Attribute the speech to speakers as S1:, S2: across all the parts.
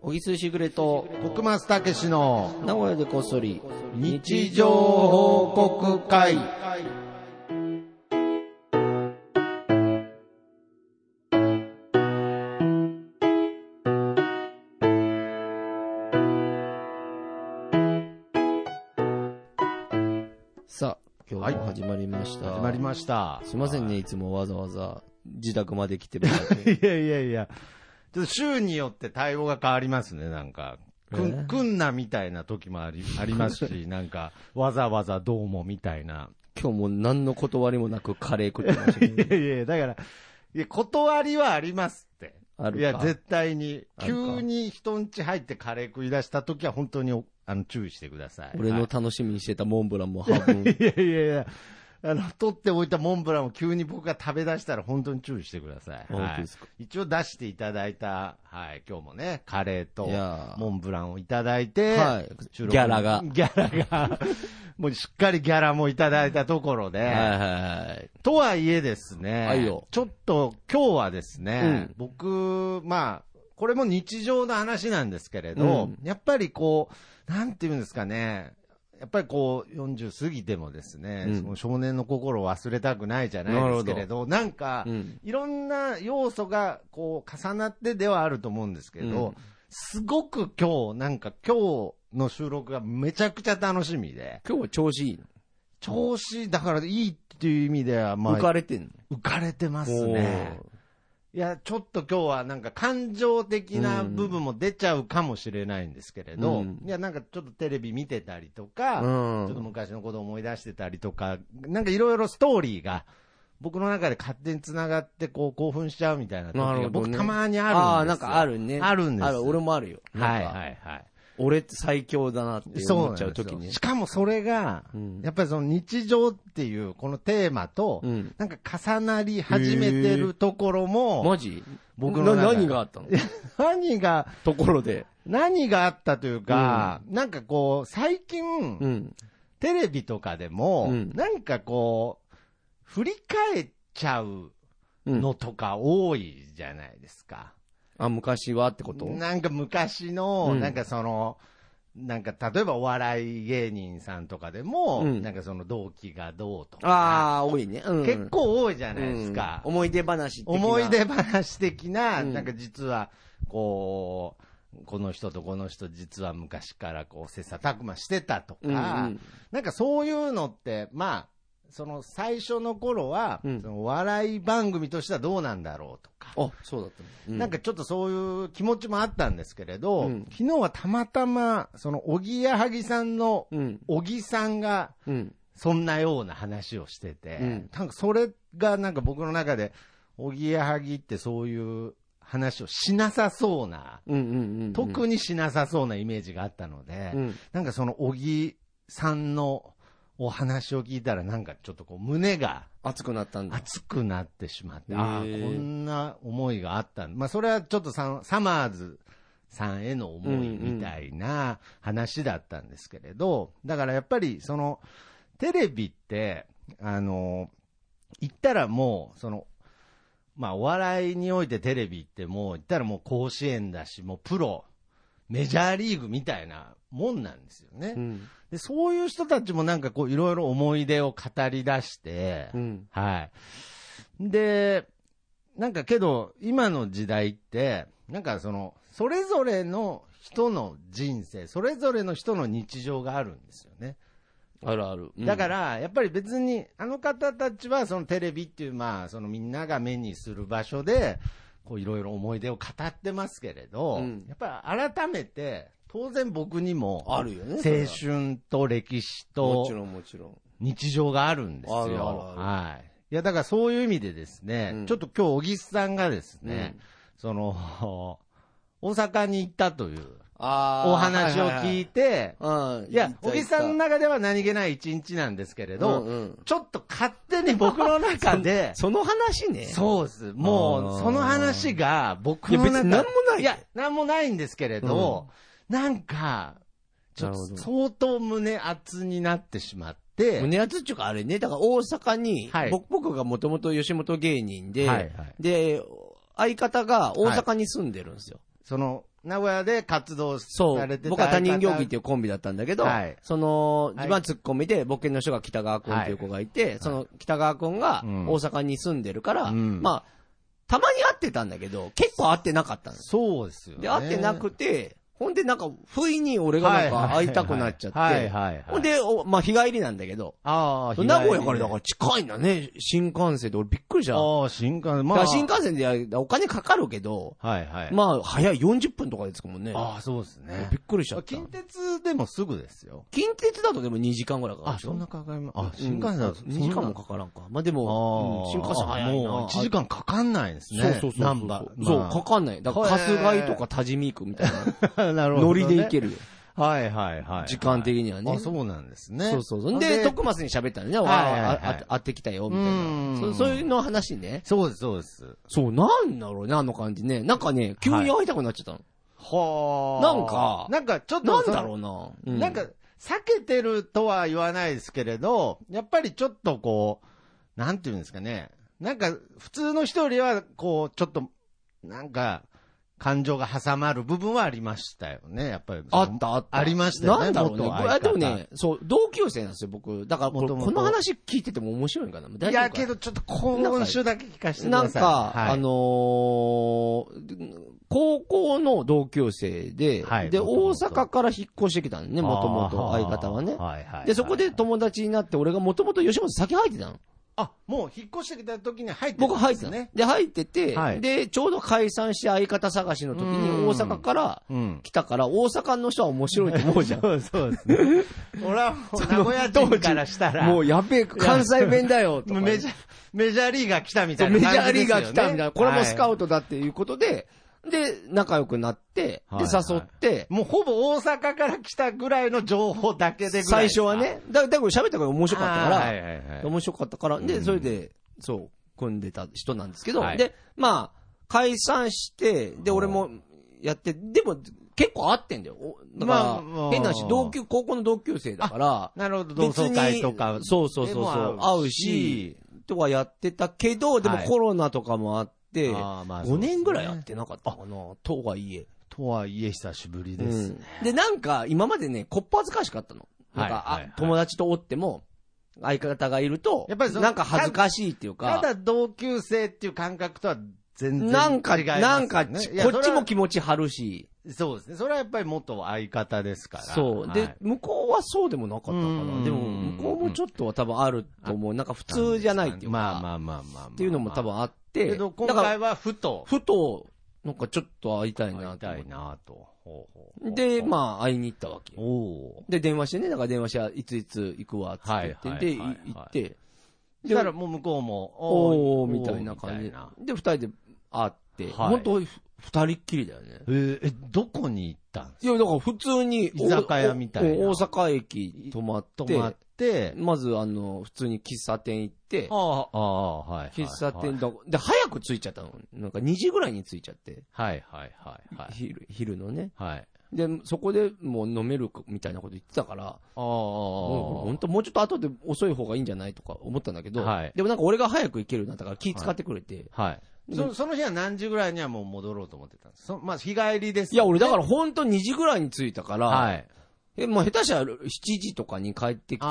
S1: 小木通しぐれと、
S2: 徳松たけしの
S1: 名古屋でこっそり、
S2: 日常報告会。
S1: さあ、今日も始まりました。
S2: 始まりました。
S1: すいませんね、いつもわざわざ自宅まで来てもらっ て。
S2: いやいやいや。ちょっと週によって対応が変わりますね、なんか。く
S1: えー
S2: ん、くんなみたいな時もあ り、ありますし、なんか、わざわざどうもみたいな。
S1: 今日も何の断りもなくカレー食ってましたけど
S2: いやいや、だから、いや、断りはありますって。
S1: あるか
S2: いや、絶対に。
S1: あるか
S2: 急に人ん家入ってカレー食い出した時は本当におあの注意してください。
S1: 俺の
S2: は
S1: 楽しみにしてたモンブランも半分。
S2: い、いやいやい や、あの、取っておいたモンブランを急に僕が食べ出したら本当に注意してください。
S1: 本
S2: は
S1: 当
S2: い
S1: ですか。
S2: 一応出していただいた、はい、今日もね、カレーと
S1: いやー
S2: モンブランをいただいて、
S1: はい
S2: 収録
S1: ギャラが
S2: ギャラが、 もうしっかりギャラもいただいたところで、
S1: はいはいはい。
S2: とはいえですね、
S1: はいよ
S2: ちょっと今日はですね
S1: うん、
S2: 僕、まあ、これも日常の話なんですけれど、やっぱりこう、なんていうんですかね、やっぱりこう、40過ぎてもですね、
S1: うん
S2: その少年の心を忘れたくないじゃないですけれど、なんか、
S1: うん。
S2: いろんな要素がこう重なってではあると思うんですけど、
S1: うん
S2: すごく今日、なんか今日の収録がめちゃくちゃ楽しみで、
S1: 今日は調子いい
S2: 調子、だからいいっていう意味では、
S1: の。
S2: まあ
S1: 浮、かれてんの。
S2: 浮かれてますね。いや、ちょっと今日はなんか感情的な部分も出ちゃうかもしれないんですけれど、
S1: うん
S2: いや、なんかちょっとテレビ見てたりと
S1: お
S2: か、
S1: ー
S2: ちょっ
S1: う
S2: と
S1: ん。
S2: 昔のこと思い出してたりとか、なんかいろいろストーリーが、僕の中で勝手に繋がって、こう、興奮しちゃうみたいな時
S1: なるほ
S2: が、
S1: どね
S2: 僕たまにあるんですよ。
S1: ああ、なんかあるね。
S2: あるんですよ
S1: ある、俺もあるよ。
S2: はい
S1: なんか
S2: はいはい。
S1: 俺って最強だなって
S2: そう
S1: 思
S2: な
S1: っ
S2: ん
S1: ちゃう
S2: です
S1: 時
S2: よ
S1: ね。
S2: しかもそれが、
S1: うん
S2: やっぱりその日常っていう、このテーマと、
S1: うん。
S2: なんか重なり始めてるところも、
S1: マジ
S2: 僕
S1: な
S2: の中で
S1: 何があったの
S2: 何が、
S1: ところで。
S2: 何があったというか、なんかこう、最近、
S1: ん。
S2: テレビとかでも、
S1: うん
S2: なんかこう、振り返っちゃう
S1: うん。
S2: のとか多いじゃないですか。
S1: あ、昔はってこと
S2: なんか昔の、
S1: うん
S2: なんかその、なんか例えばお笑い芸人さんとかでも、
S1: うん
S2: なんかその同期がどうとか、
S1: ああ、多いね。うん。
S2: 結構多いじゃないですか。
S1: うん思い出話的な
S2: 思い出話的な、
S1: うん
S2: なんか実は、こう、この人とこの人実は昔からこう切磋琢磨してたとか、
S1: うんうん
S2: なんかそういうのって、まあ、その最初の頃は、
S1: うん
S2: その笑い番組としてはどうなんだろうとか、
S1: あ、そうだったね。う
S2: なんか、ちょっとそういう気持ちもあったんですけれど、
S1: うん
S2: 昨日はたまたま、その、おぎやはぎさんの、
S1: うん。
S2: おぎさんが、
S1: うん。
S2: そんなような話をしてて、
S1: うん
S2: なんかそれがなんか僕の中で、おぎやはぎってそういう話をしなさそうな、
S1: うんうんうんうん。
S2: 特にしなさそうなイメージがあったので、
S1: うん。
S2: なんかその小木さんのお話を聞いたら、なんかちょっとこう胸が
S1: 熱くなったんだ。
S2: 熱くなってしまって、
S1: へー
S2: ああ、こんな思いがあったんまあそれはちょっとササマーズさんへの思いみたいな話だったんですけれど、だからやっぱりそのテレビって、あの、言ったらもう、その、まあお笑いにおいてテレビってもう言ったらもう甲子園だし、もうプロ、メジャーリーグみたいなもんなんですよね。
S1: うん。
S2: でそういう人たちもなんかこういろいろ思い出を語り出して、
S1: うん。
S2: はい。で、なんかけど、今の時代って、なんかその、それぞれの人の人生、それぞれの人の日常があるんですよね。
S1: あるある。うん
S2: だか、ら、やっぱり別に、あの方たちは、そのテレビっていう、まあ、そのみんなが目にする場所で、こういろいろ思い出を語ってますけれど、
S1: うん
S2: やっぱり改めて、当然僕にも、
S1: あるよね。
S2: 青
S1: それは。
S2: 春と歴史
S1: も
S2: と
S1: ちろんもちろん。
S2: 日常があるんですよ。
S1: あるあるある
S2: はい。いや、だからそういう意味でですね、
S1: うん
S2: ちょっと今日、小木さんがですね、その、 大阪に行ったという
S1: ああ。
S2: お話を聞い
S1: て。
S2: て、い
S1: うん。
S2: や、小木さんの中では何気ない一日なんですけれど、
S1: うん
S2: ちょっと勝手に僕の中
S1: う
S2: で
S1: ん。、その話ね。
S2: そうです。も
S1: あ
S2: う、
S1: ー
S2: その話が僕の
S1: いや別
S2: 中
S1: になんもない
S2: いや、なんもないんですけれど、なんか、ちょっ
S1: なるほ
S2: と
S1: ど
S2: 相当胸熱になってしまって、
S1: 胸熱っちゅうかあれね、だから大阪に、
S2: はい
S1: 僕僕がもともと吉本芸人で、
S2: はいはい
S1: で、相方が大阪に住んでるんですよ。
S2: その、名古屋で活動
S1: そ
S2: され
S1: う
S2: て。た
S1: 僕は他人行儀
S2: っ
S1: っていうコンビだったんだけど、
S2: はい
S1: その、
S2: はい
S1: 自慢ツッコミで、ボケの人が北川くんっていう子がいて、その北川くんが
S2: うん
S1: 大阪に住んでるから、
S2: うん
S1: まあ、たまに会ってたんだけど、結構会ってなかったんです。
S2: そうですよね。
S1: で、会ってなくて、ほんでなんか、不意に俺がなんか会いたくなっちゃって、
S2: はいはいはいはい、
S1: ほん、で、おまあ日帰りなんだけど、
S2: ああ、日帰り
S1: 名古屋からだから近いんだね、新幹線で。俺びっくりした。
S2: ああ、新幹線。
S1: だ
S2: ま
S1: か
S2: あ、
S1: ら新幹線でやるお金かかるけど、
S2: はいはい。
S1: まあ早い40分とかですもんね。
S2: ああ、そうですね
S1: び。っくりしちゃった。
S2: 近鉄でもすぐですよ。
S1: 近鉄だとでも2時間ぐらいかかる
S2: あ、
S1: でしょ。
S2: そんなかかります。あ、新幹線だと、
S1: 2時間もかからんか。まあでも、うん新
S2: そんな
S1: 幹線
S2: ああ
S1: 早いな。
S2: もう1時間かかんないんですね。
S1: そうそうそうそう。
S2: ナンバー。
S1: そう、かかんない。だから、
S2: へー
S1: 春日井とか多治見区みたい な。
S2: か なるほど、
S1: ノリで行け
S2: る。
S1: るよ。
S2: はいはいはい。
S1: 時間的にはね
S2: あ、。そうなんですね。
S1: そうそうそう。んで、徳松に喋ったのね。わ
S2: はいはいはい
S1: ああ会ってきたよ、みた
S2: う
S1: い
S2: ん
S1: な。そうそういうの話ね。
S2: そうです、そうです。
S1: そう、なんだろうね、あの感じね。なんかね、急に会いたくなっちゃったの。
S2: は
S1: なんか
S2: なんかちょっと、
S1: なんだろうな。う
S2: なんか、、避けてるとは言わないですけれど、やっぱりちょっとこう、なんていうんですかね。なんか、普通の人よりは、こう、ちょっと、なんか、感情が挟まる部分はありましたよね、やっぱり。
S1: あった、あった。
S2: ありましたよね
S1: なんだろうね。
S2: 元
S1: こ
S2: 相
S1: れ
S2: 方
S1: でもね、そう、同級生なんですよ、僕。だからこれ、
S2: 元々
S1: この話聞いてても面白いんかな。大丈夫
S2: い
S1: かな
S2: や、けどちょっと今週だけ聞かせてく
S1: な
S2: だ
S1: ん
S2: さ
S1: か
S2: い。、はい
S1: あのー高校の同級生で、
S2: はい
S1: で、
S2: 元
S1: 大
S2: 々
S1: 阪から引っ越してきたのね、もともと相方はね。
S2: はいはいはい
S1: で、そこで友達になって、俺がもともと吉本先入ってたの。
S2: あ、もう引っ越してきた時に入ってたん
S1: 僕
S2: ですね
S1: 入ってたの。で、入ってて、
S2: はい
S1: で、ちょうど解散して相方探しの時に
S2: うん
S1: 大阪から
S2: うん。
S1: 来たから、大阪の人は面白いと思うじゃん。
S2: そうそうですね。俺はもう名古屋人からしたら、
S1: もうやべえ、関西弁だよ、とか。
S2: メジャー、メジャーリーガー来たみたい
S1: メ
S2: な
S1: ジ
S2: 感
S1: ャ
S2: じ
S1: ーリーガー来たみたい
S2: ですよ
S1: な。
S2: ね
S1: これもスカ
S2: は
S1: ウトだっていうことで、で、仲良くなって、
S2: はい
S1: で、誘って
S2: い、もうほぼ大阪から来たぐらいの情報だけでぐらい
S1: 最初はね、だ、だから喋ったから面白かったか
S2: あーは
S1: ら、
S2: いはいはい
S1: 面白かったから、
S2: う
S1: で、
S2: ん
S1: それで、そう、組んでた人なんですけど
S2: は、い
S1: で、まあ、解散して、で、
S2: おう
S1: 俺もやって、でも、結構会ってんだよ。おだ
S2: まあ
S1: か
S2: ま
S1: ら
S2: あ、
S1: 変な話、同級、高校の同級生だから、
S2: なるほど、同
S1: 別
S2: 窓
S1: に
S2: 会とか。
S1: そうそうそうそう、会うし、、とはやってたけど、でも
S2: はい
S1: コロナとかもあって、
S2: あーまあ
S1: 5年ぐらいや
S2: そう
S1: っ
S2: ですね
S1: てなかったかな、とはいえ。
S2: とはいえ久しぶりですね。
S1: うんで、なんか、今までね、こっぱずかしかったの。なんか、
S2: はいはいはい
S1: あ友達とおっても、相方がいると、
S2: やっぱりその
S1: なんか恥ずかしいっていうか、
S2: ただ同級生っていう感覚とは全然違い
S1: な
S2: ますよね、
S1: んか、なんか、
S2: いや
S1: こっちも
S2: それは
S1: 気持ち張るし、
S2: そうですね。それはやっぱり元相方ですから。
S1: そう。
S2: は
S1: で
S2: い、
S1: 向こうはそうでもなかったか
S2: う
S1: な。
S2: ん
S1: でも、向こうもちょっとは多分あると思う。なんか普通じゃないっていう
S2: まあ
S1: か、
S2: まあまあまあまあ。
S1: っていうのも多分あって、
S2: けど、今
S1: だから、
S2: 回はふと、
S1: ふと、なんかちょっと会いたい
S2: 会
S1: ないと思
S2: た
S1: っ
S2: い
S1: て。
S2: なと。ほうほうほう
S1: で、まあ、会いに行ったわけよ。
S2: おお
S1: で、電話してね、だから電話して、いついつ行くわ、つって言って、
S2: は
S1: で、
S2: い
S1: い
S2: はいはいはい
S1: 行って、
S2: ー。したらもう向こうも、
S1: おー、
S2: ー
S1: みたいな感
S2: み
S1: じ
S2: たいな。
S1: で、二人で会って、
S2: はい
S1: 本当二人っきりだよね。
S2: えーえ、どこに行ったんです
S1: いや、だから普通に、
S2: 居酒屋みたいな
S1: おお大阪駅泊まって、
S2: 泊まって、
S1: まず、あの、普通に喫茶店行って
S2: あ、あ、ああ、はいはいはい。
S1: 喫茶店だ、で、早く着いちゃったの。なんか2時ぐらいに着いちゃって、
S2: はいはいはいはい。
S1: 昼、昼のね。
S2: はい。
S1: で、そこでもう飲めるみたいなこと言ってたから、
S2: ああ、
S1: もう本当もうちょっと後で遅い方がいいんじゃないとか思ったんだけど、
S2: はい
S1: でもなんか俺が早く行けるようになったから気使ってくれて、い、
S2: はい。そその日は何時ぐらいにはもう戻ろうと思ってたんですそまあ、日帰りです、
S1: や俺だから本当2時ぐらいに着いたから、
S2: はい。
S1: え、まあ下手したら7時とかに帰ってきても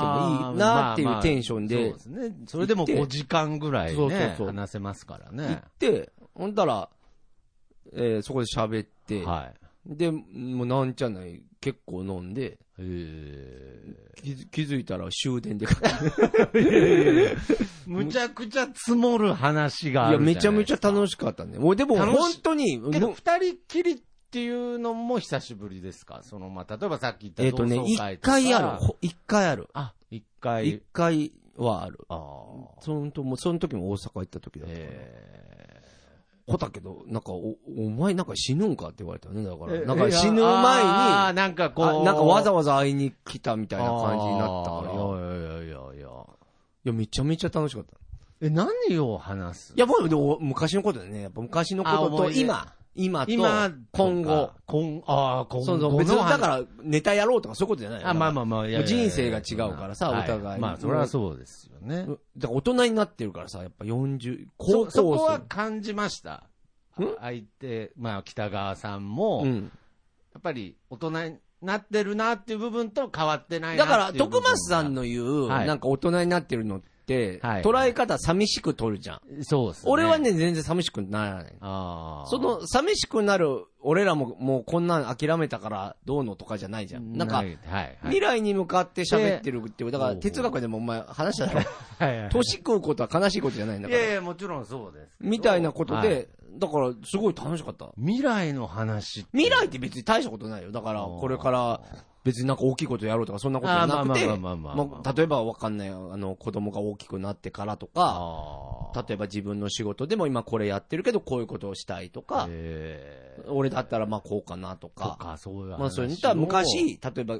S1: い
S2: あー
S1: いなってい
S2: まあま
S1: う
S2: あ
S1: テンションで
S2: そうですね。それでも
S1: 行って
S2: 5時間ぐらいね、
S1: そうそうそう
S2: 話せますから
S1: 行
S2: ね
S1: っ。て、ほんだら、えーそこで喋って、
S2: はい。
S1: で、もうなんちゃない、結構飲んで、
S2: え
S1: 気づ気づいたら終電で帰 って、
S2: むちゃくちゃ積もる話が
S1: い
S2: あ
S1: や、
S2: るじゃない
S1: め
S2: で
S1: ち
S2: す
S1: ゃ
S2: か。
S1: めちゃ楽しかったね。もうでも
S2: 楽し
S1: 本当に、
S2: けど、
S1: の
S2: 二人っきりっていうのも久しぶりですかその、まあ、例えばさっき言った
S1: えっ、とね、
S2: 同窓会
S1: 一
S2: とか
S1: 回ある、ほ一回ある。
S2: あ、一
S1: 一
S2: 回。
S1: 回はある。
S2: ああ。
S1: そのとも、その時も大阪行った時だったかな。
S2: え
S1: こたけど、なんか、お、お前なんか死ぬんかって言われたよね。だか
S2: ー
S1: ら、
S2: え
S1: なんか
S2: いや
S1: 死ぬ前に、
S2: あ
S1: あ
S2: あ、なんかこ
S1: な
S2: う。
S1: んかわざ
S2: わ
S1: わざ会いに来たみたいな感じになったから。い
S2: ら。いやいやいやいや。
S1: や、めちゃめちゃ楽しかった。
S2: え、何を話す
S1: いや、もうでも、昔のことだよね。やっぱ昔のこ
S2: あ
S1: と
S2: 思
S1: と、
S2: い出
S1: 今、今と、
S2: 今、
S1: 今後。。
S2: 今、ああ、今後。
S1: そうそう、別に、だから、ネタやろうとかそういうことじゃないよ
S2: あ、まあまあまあ、いやいやいや
S1: 人生が違うからさお互い
S2: まあ、それはそうですよね。
S1: だから大人になってるからさ、やっぱ40、高
S2: そ、そこ
S1: 校
S2: は
S1: 生。
S2: 感じました。相手、まあ北川さんも、や
S1: ん。
S2: っぱり大人になってるなっていう部分と変わってないな
S1: だ
S2: っていう
S1: から、徳松さん
S2: 部
S1: の言う、
S2: はい
S1: なんか大人になってるのって、
S2: はい
S1: 捉え方寂しく取るじゃん。
S2: 分が。そうですね。
S1: 俺はね、全然寂しくならない。
S2: ああ。
S1: その、寂しくなる、俺らももうこんなん諦めたからどうのとかじゃないじゃん。なんか
S2: は、い、はい。
S1: 未来に向かって喋ってるっていう、だから
S2: で
S1: 哲学でもお前話しただろ。
S2: はいはい
S1: 年食うことは悲しいことじゃないんだ
S2: い
S1: から。
S2: やいや、もちろんそうです。
S1: みたいなこと
S2: はい
S1: で、だからすごい楽しかった。
S2: 未来の話って
S1: 未来って別に大したことないよ。だから、
S2: おー
S1: これから、別になんか大きいことやろうとか、そんなことじゃなくて、
S2: あーまあまあまあまあまあまあ
S1: まあ例えばわかんない、あの、子供が大きくなってからとか、
S2: あ
S1: 例えば自分の仕事でも今これやってるけど、こういうことをしたいと
S2: あ。
S1: か、
S2: ええ
S1: 俺だったらまあこうかなと
S2: と
S1: か、
S2: か、そういう話を
S1: まあそれにたら昔、例えば、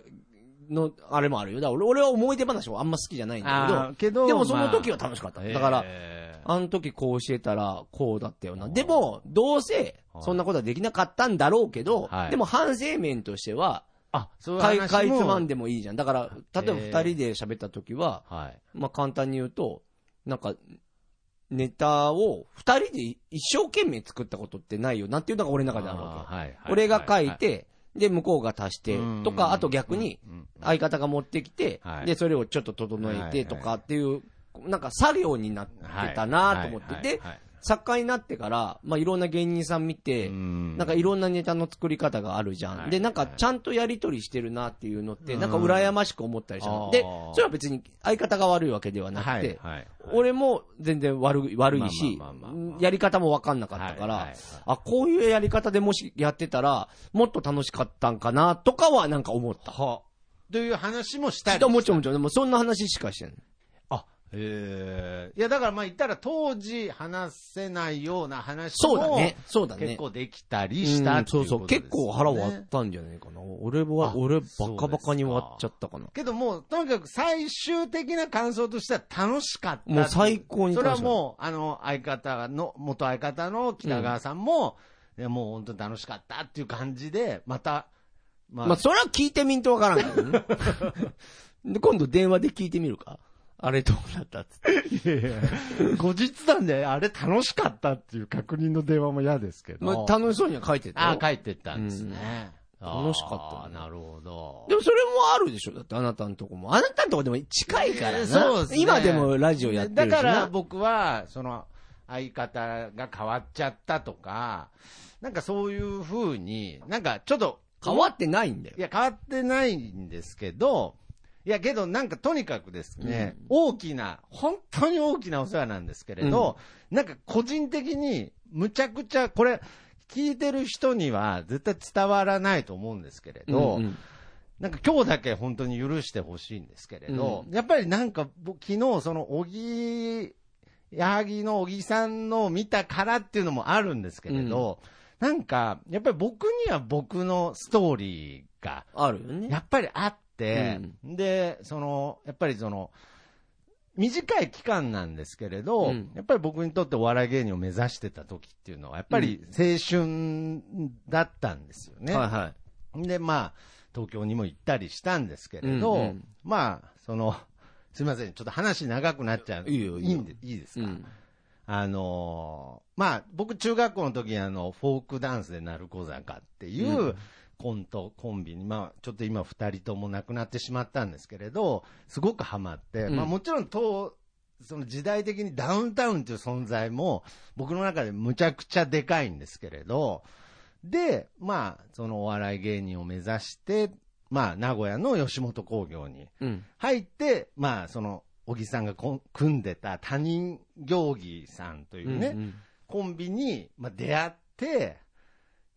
S1: の、あれもあるよ。だから俺俺は思い出話はあんま好きじゃないんだ
S2: あーけ
S1: け
S2: ど
S1: ど、でもその時は楽しかった。だから、
S2: え
S1: あの時こう教えたらこうだったよな。でも、どうせ、そんなことはできなかったんだろうけど、
S2: はい
S1: でも反省面としては、
S2: えあ、そういう
S1: かい
S2: 話も
S1: かいつまんでもいいじゃん。だから、例えば二人で喋った時は、
S2: はい。
S1: まあ簡単に言うと、なんか、ネタを二人で一生懸命作ったことってないよなっていうのが俺の中であるわ
S2: あーはいは
S1: け。俺が書い
S2: は
S1: て、で、向こうが足して
S2: うん、
S1: とか、あと逆に、
S2: うんうん
S1: 相方が持ってきて、
S2: はい
S1: で、それをちょっと整えてとかっていう、なんか作業になってたなと思って。で、作家になってから、まあ、いろんな芸人さん見て、
S2: な
S1: なんかいろんなネタの作り方があるじゃん。
S2: はい
S1: で、なんかちゃんとやりとりしてるなっていうのって、
S2: うん
S1: なんか羨ましく思ったりしたの
S2: あー
S1: で、それは別に相方が悪いわけではなくて、
S2: はいはいはい、
S1: 俺も全然悪い悪いし
S2: まあまあまあまあまあ、
S1: やり方もわかんなかったから、
S2: はいはいはい
S1: あ、こういうやり方でもしやってたら、もっと楽しかったんかなとかはなんか思った。
S2: は。という話もしたりし
S1: ちょ
S2: た。
S1: もちろんもちろん、でもそんな話しかしてない。
S2: あ、ええいや、だからまあ言ったら当時話せないような話
S1: そ
S2: も。
S1: うだね。。そうだね。
S2: 結構できたりした
S1: うん
S2: ってい
S1: そうう
S2: ことで
S1: そ
S2: す
S1: う。
S2: よね
S1: 結構腹割ったんじゃないかな。俺は
S2: あ、
S1: 俺バカバカに割っちゃったかな。
S2: けどもう、とにかく最終的な感想としては楽しかったってい。
S1: もう最高に
S2: そ
S1: 楽し
S2: れ
S1: かっ
S2: は
S1: た
S2: もう、あの、相方の、元相方の北川さんも、いやもう本当に楽しかったっていう感じで、また、ま
S1: まあ、それは聞いてみんとわからんけど ね。で、今度電話で聞いてみるか。あれどうなったっつって。
S2: いやいや 後日談で、あれ楽しかったっていう確認の電話も嫌ですけど。
S1: まあ、楽しそうには書いてた
S2: あ
S1: よ。
S2: 帰ってったんですね。
S1: ん楽しかったね
S2: あーなるほど。
S1: でもそれもあるでしょだってあなたのとこも。あなたのとこでも近いからな。
S2: えーそうですね
S1: 今でもラジオやってるしな。
S2: だから僕は、その、相方が変わっちゃったとか、なんかそういう風に、なんかちょっと、
S1: 変わってないんだよ
S2: い。や、変わってないんですけど、いや、けどなんかとにかくですね、大きな、本当に大きなお世話なんですけれど、なんか個人的に、むちゃくちゃ、これ、聞いてる人には絶対伝わらないと思うんですけれど、
S1: うんうん
S2: なんか今日だけ本当に許してほしいんですけれど、やっぱりなんか僕昨日その小木、矢作の小木さんのを見たからっていうのもあるんですけれど、なんかやっぱり僕には僕のストーリーが
S1: あるよね。
S2: やっぱりあって、で、その、やっぱりその、短い期間なんですけれど、
S1: うん
S2: やっぱり僕にとってお笑い芸人を目指してた時っていうのは、やっぱり青春だったんですよね。
S1: はいはい。
S2: で、まあ、東京にも行ったりしたんですけれど、
S1: うんうん
S2: まあ、その、すみません、ちょっと話長くなっちゃう。
S1: いいよいいよ
S2: んでいいですか、
S1: うん
S2: あのーまあ、僕中学校の時にあの、フォークダンスで鳴子坂っていう、
S1: うん
S2: コント、コンビに、まあ、ちょっと今二人とも亡くなってしまったんですけれど、すごくハマって、
S1: うん
S2: まあもちろん当、その時代的にダウンタウンという存在も、僕の中でむちゃくちゃでかいんですけれど、で、まあ、そのお笑い芸人を目指して、まあ、名古屋の吉本興業に
S1: うん。
S2: 入って、まあ、その、小木さんがこん組んでた他人行儀さんというね、
S1: うんうん
S2: コンビに、まあ、出会って、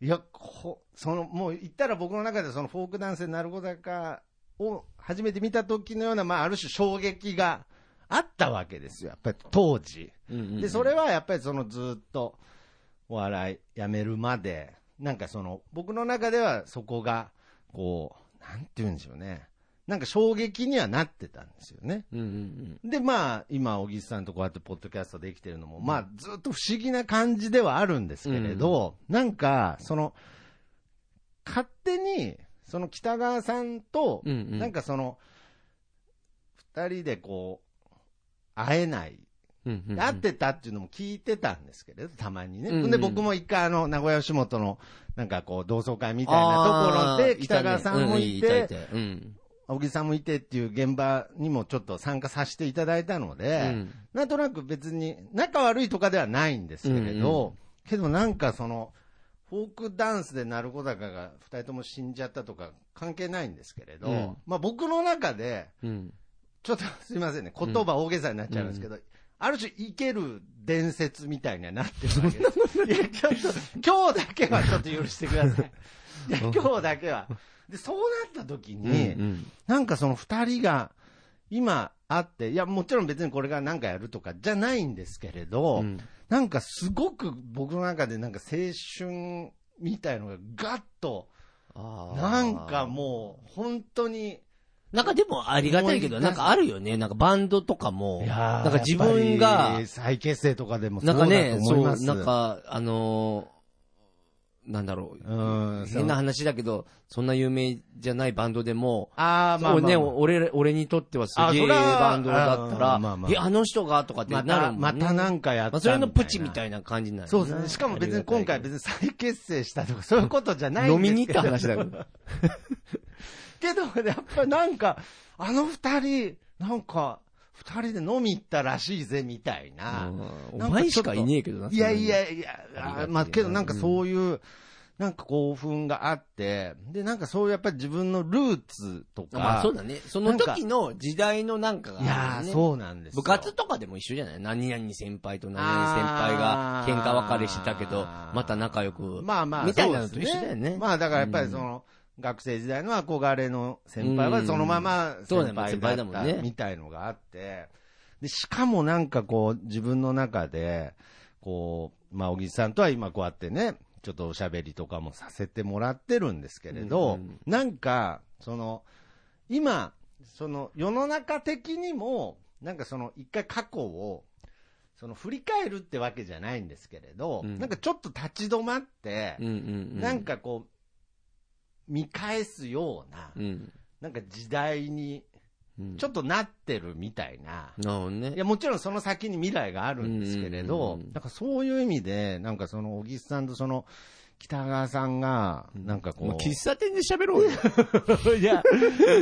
S2: いや、こその、もう言ったら僕の中でそのフォークダンスでなるご坂を初めて見た時のような、まあ、ある種衝撃があったわけですよ。やっぱり当時。
S1: うんうんうん
S2: で、それはやっぱりそのずっとお笑いやめるまで、なんかその、僕の中ではそこが、こう、なんて言うんでしょうね。なんか衝撃にはなってたんですよね。
S1: うんうんうん。
S2: で、まあ、今、小木さんとこうやってポッドキャストできてるのも、まあ、ずっと不思議な感じではあるんですけれど、なんか、その、勝手に、その北川さんと、
S1: うんうん
S2: なんかその、二人でこう、会えない
S1: うんうんうん
S2: 会ってたっていうのも聞いてたんですけれど、たまにね。
S1: うんうん
S2: で、僕も一回あの、名古屋吉本の、なんかこう、同窓会みたいなところで、北川さん
S1: あ
S2: もい
S1: ーいたねうんい
S2: て
S1: た、いたうん
S2: 小木さんもいてっていう現場にもちょっと参加させていただいたので、
S1: うん
S2: なんとなく別に仲悪いとかではないんですけれど、けどなんかその、フォークダンスで鳴子坂が二人とも死んじゃったとか関係ないんですけれど、
S1: うん
S2: まあ僕の中で、
S1: うん
S2: ちょっとすいませんね、言葉大げさになっちゃうんですけど、ある種いける伝説みたいにはなってるわけです。いや、ちょっと、今日だけはちょっと許してく ださい。いや、今日だけは。で、そうなった時に、
S1: うん
S2: なんかその二人が今会って、いや、もちろん別にこれが何かやるとかじゃないんですけれど、
S1: うん
S2: なんかすごく僕の中でなんか青春みたいのがガッと、
S1: あー
S2: なんかもう本当に、
S1: なんかでもありがたいけど、
S2: 思い出す
S1: なんかあるよね。なんかバンドとかも、
S2: いやー
S1: なんか自分
S2: やっぱ
S1: が
S2: り、再結成とかでもそう
S1: な
S2: だ
S1: ん
S2: と
S1: か
S2: 思
S1: ね、そ
S2: いうま、す。
S1: なんか、あのーなんだろう。
S2: うん、
S1: 変な話だけど、そんな有名じゃないバンドでも、
S2: ああ、まあまあ、
S1: ね、俺、俺にとってはすげえ
S2: あそれは
S1: バンドだったら、
S2: あーまあまあ
S1: えあの人がとかって
S2: ま
S1: な
S2: た、
S1: るもんね。
S2: またなんかやった
S1: まあ、
S2: み
S1: そ
S2: たい
S1: れ
S2: な。
S1: のプチみたいな感じになる、
S2: そうですね。しかも別に今回別に再結成したとか、そういうことじゃないんですけど
S1: 飲みに行った話だけど。
S2: けど、やっぱなんか、あの二人、なんか、二人で飲み行ったらしいぜ、みたいな。
S1: うんお前しかいねえけどな。
S2: いやい
S1: そんなに。
S2: やいや、
S1: ありが
S2: あ
S1: たい
S2: ー
S1: な
S2: まあけどなんかそういう、なんか興奮があって、で、なんかそういうやっぱり自分のルーツとか、
S1: まあそうだね。その時の時代のなんかがあ
S2: い
S1: るよね、
S2: やー、そうなんですよ
S1: 部活とかでも一緒じゃない何々先輩と何々先輩が喧嘩別れしてたけど
S2: あ、ー
S1: また仲良く。
S2: まあまあ、
S1: みたいな
S2: そ
S1: の
S2: う
S1: と
S2: で
S1: 一
S2: す
S1: 緒だよね。
S2: まあだからやっぱりその、学生時代の憧れの先輩
S1: う
S2: は
S1: ん
S2: そのまま
S1: そうだ
S2: 先
S1: よ
S2: 輩
S1: 先輩だ
S2: だっ
S1: もん
S2: た
S1: ね
S2: みたいのがあって、で、しかもなんかこう、自分の中で、こう、まあ、小木さんとは今こうやってね、ちょっとおしゃべりとかもさせてもらってるんですけれど、
S1: うん
S2: なんか、その、今、その世の中的にも、なんかその一回過去を、その振り返るってわけじゃないんですけれど、
S1: うん
S2: なんかちょっと立ち止まって、
S1: うんうんうん。
S2: なんかこう、見返すような
S1: う、ん、
S2: なんか時代に
S1: うん。
S2: ちょっとなってるみたいな、
S1: なるほどね。
S2: いや、もちろんその先に未来があるんですけれ
S1: う
S2: ど
S1: んうんうん、
S2: なんかそういう意味で、なんかその小木さんとその北川さんが、なんかこう、
S1: もう喫茶店で喋ろうよ。
S2: いや、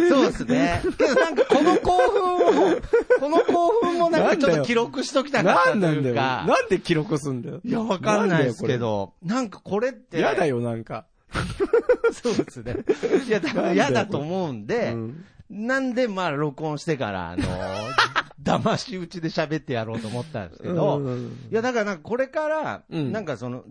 S2: そうで すね。けどなんかこの興奮を、この興奮もなんかちょっと記録しときたかったというか。
S1: んで記録すんだよ。
S2: いや、わかんないですけど、なんかこれって。
S1: よ、なんか。
S2: そうですね。いや、だから嫌だと思うんで、
S1: うん
S2: なんでまあ録音してから、あ の、騙し討ちで喋ってやろうと思ったんですけど、いや、だからなんかこれから、
S1: うん
S2: なんかその、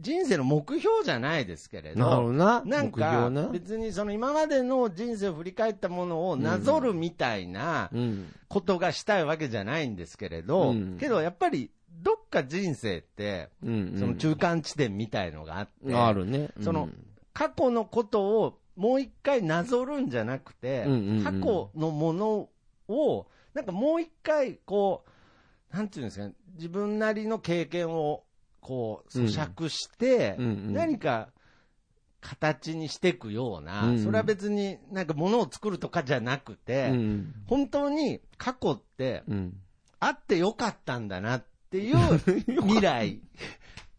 S2: 人生の目標じゃないですけれど、
S1: なるほどな。
S2: なん
S1: 目標、
S2: か
S1: な。
S2: 別にその今までの人生を振り返ったものをなぞるみたいな
S1: うん。
S2: ことがしたいわけじゃないんですけれど、
S1: うん
S2: けどやっぱりどっか人生って、
S1: うん。
S2: その中間地点みたいのがあって、
S1: あるね。
S2: その過去のことをもう一回なぞるんじゃなくて、
S1: うんうんうん
S2: 過去のものを、なんかもう一回、こう、なんていうんですかね、自分なりの経験を、こう、
S1: うん
S2: 咀嚼して、
S1: うんうん
S2: 何か形にしていくような、
S1: うんうん
S2: それは別になんか物を作るとかじゃなくて、
S1: うん。うん
S2: 本当に過去って
S1: うん。
S2: あってよかったんだなっ ていう未来っ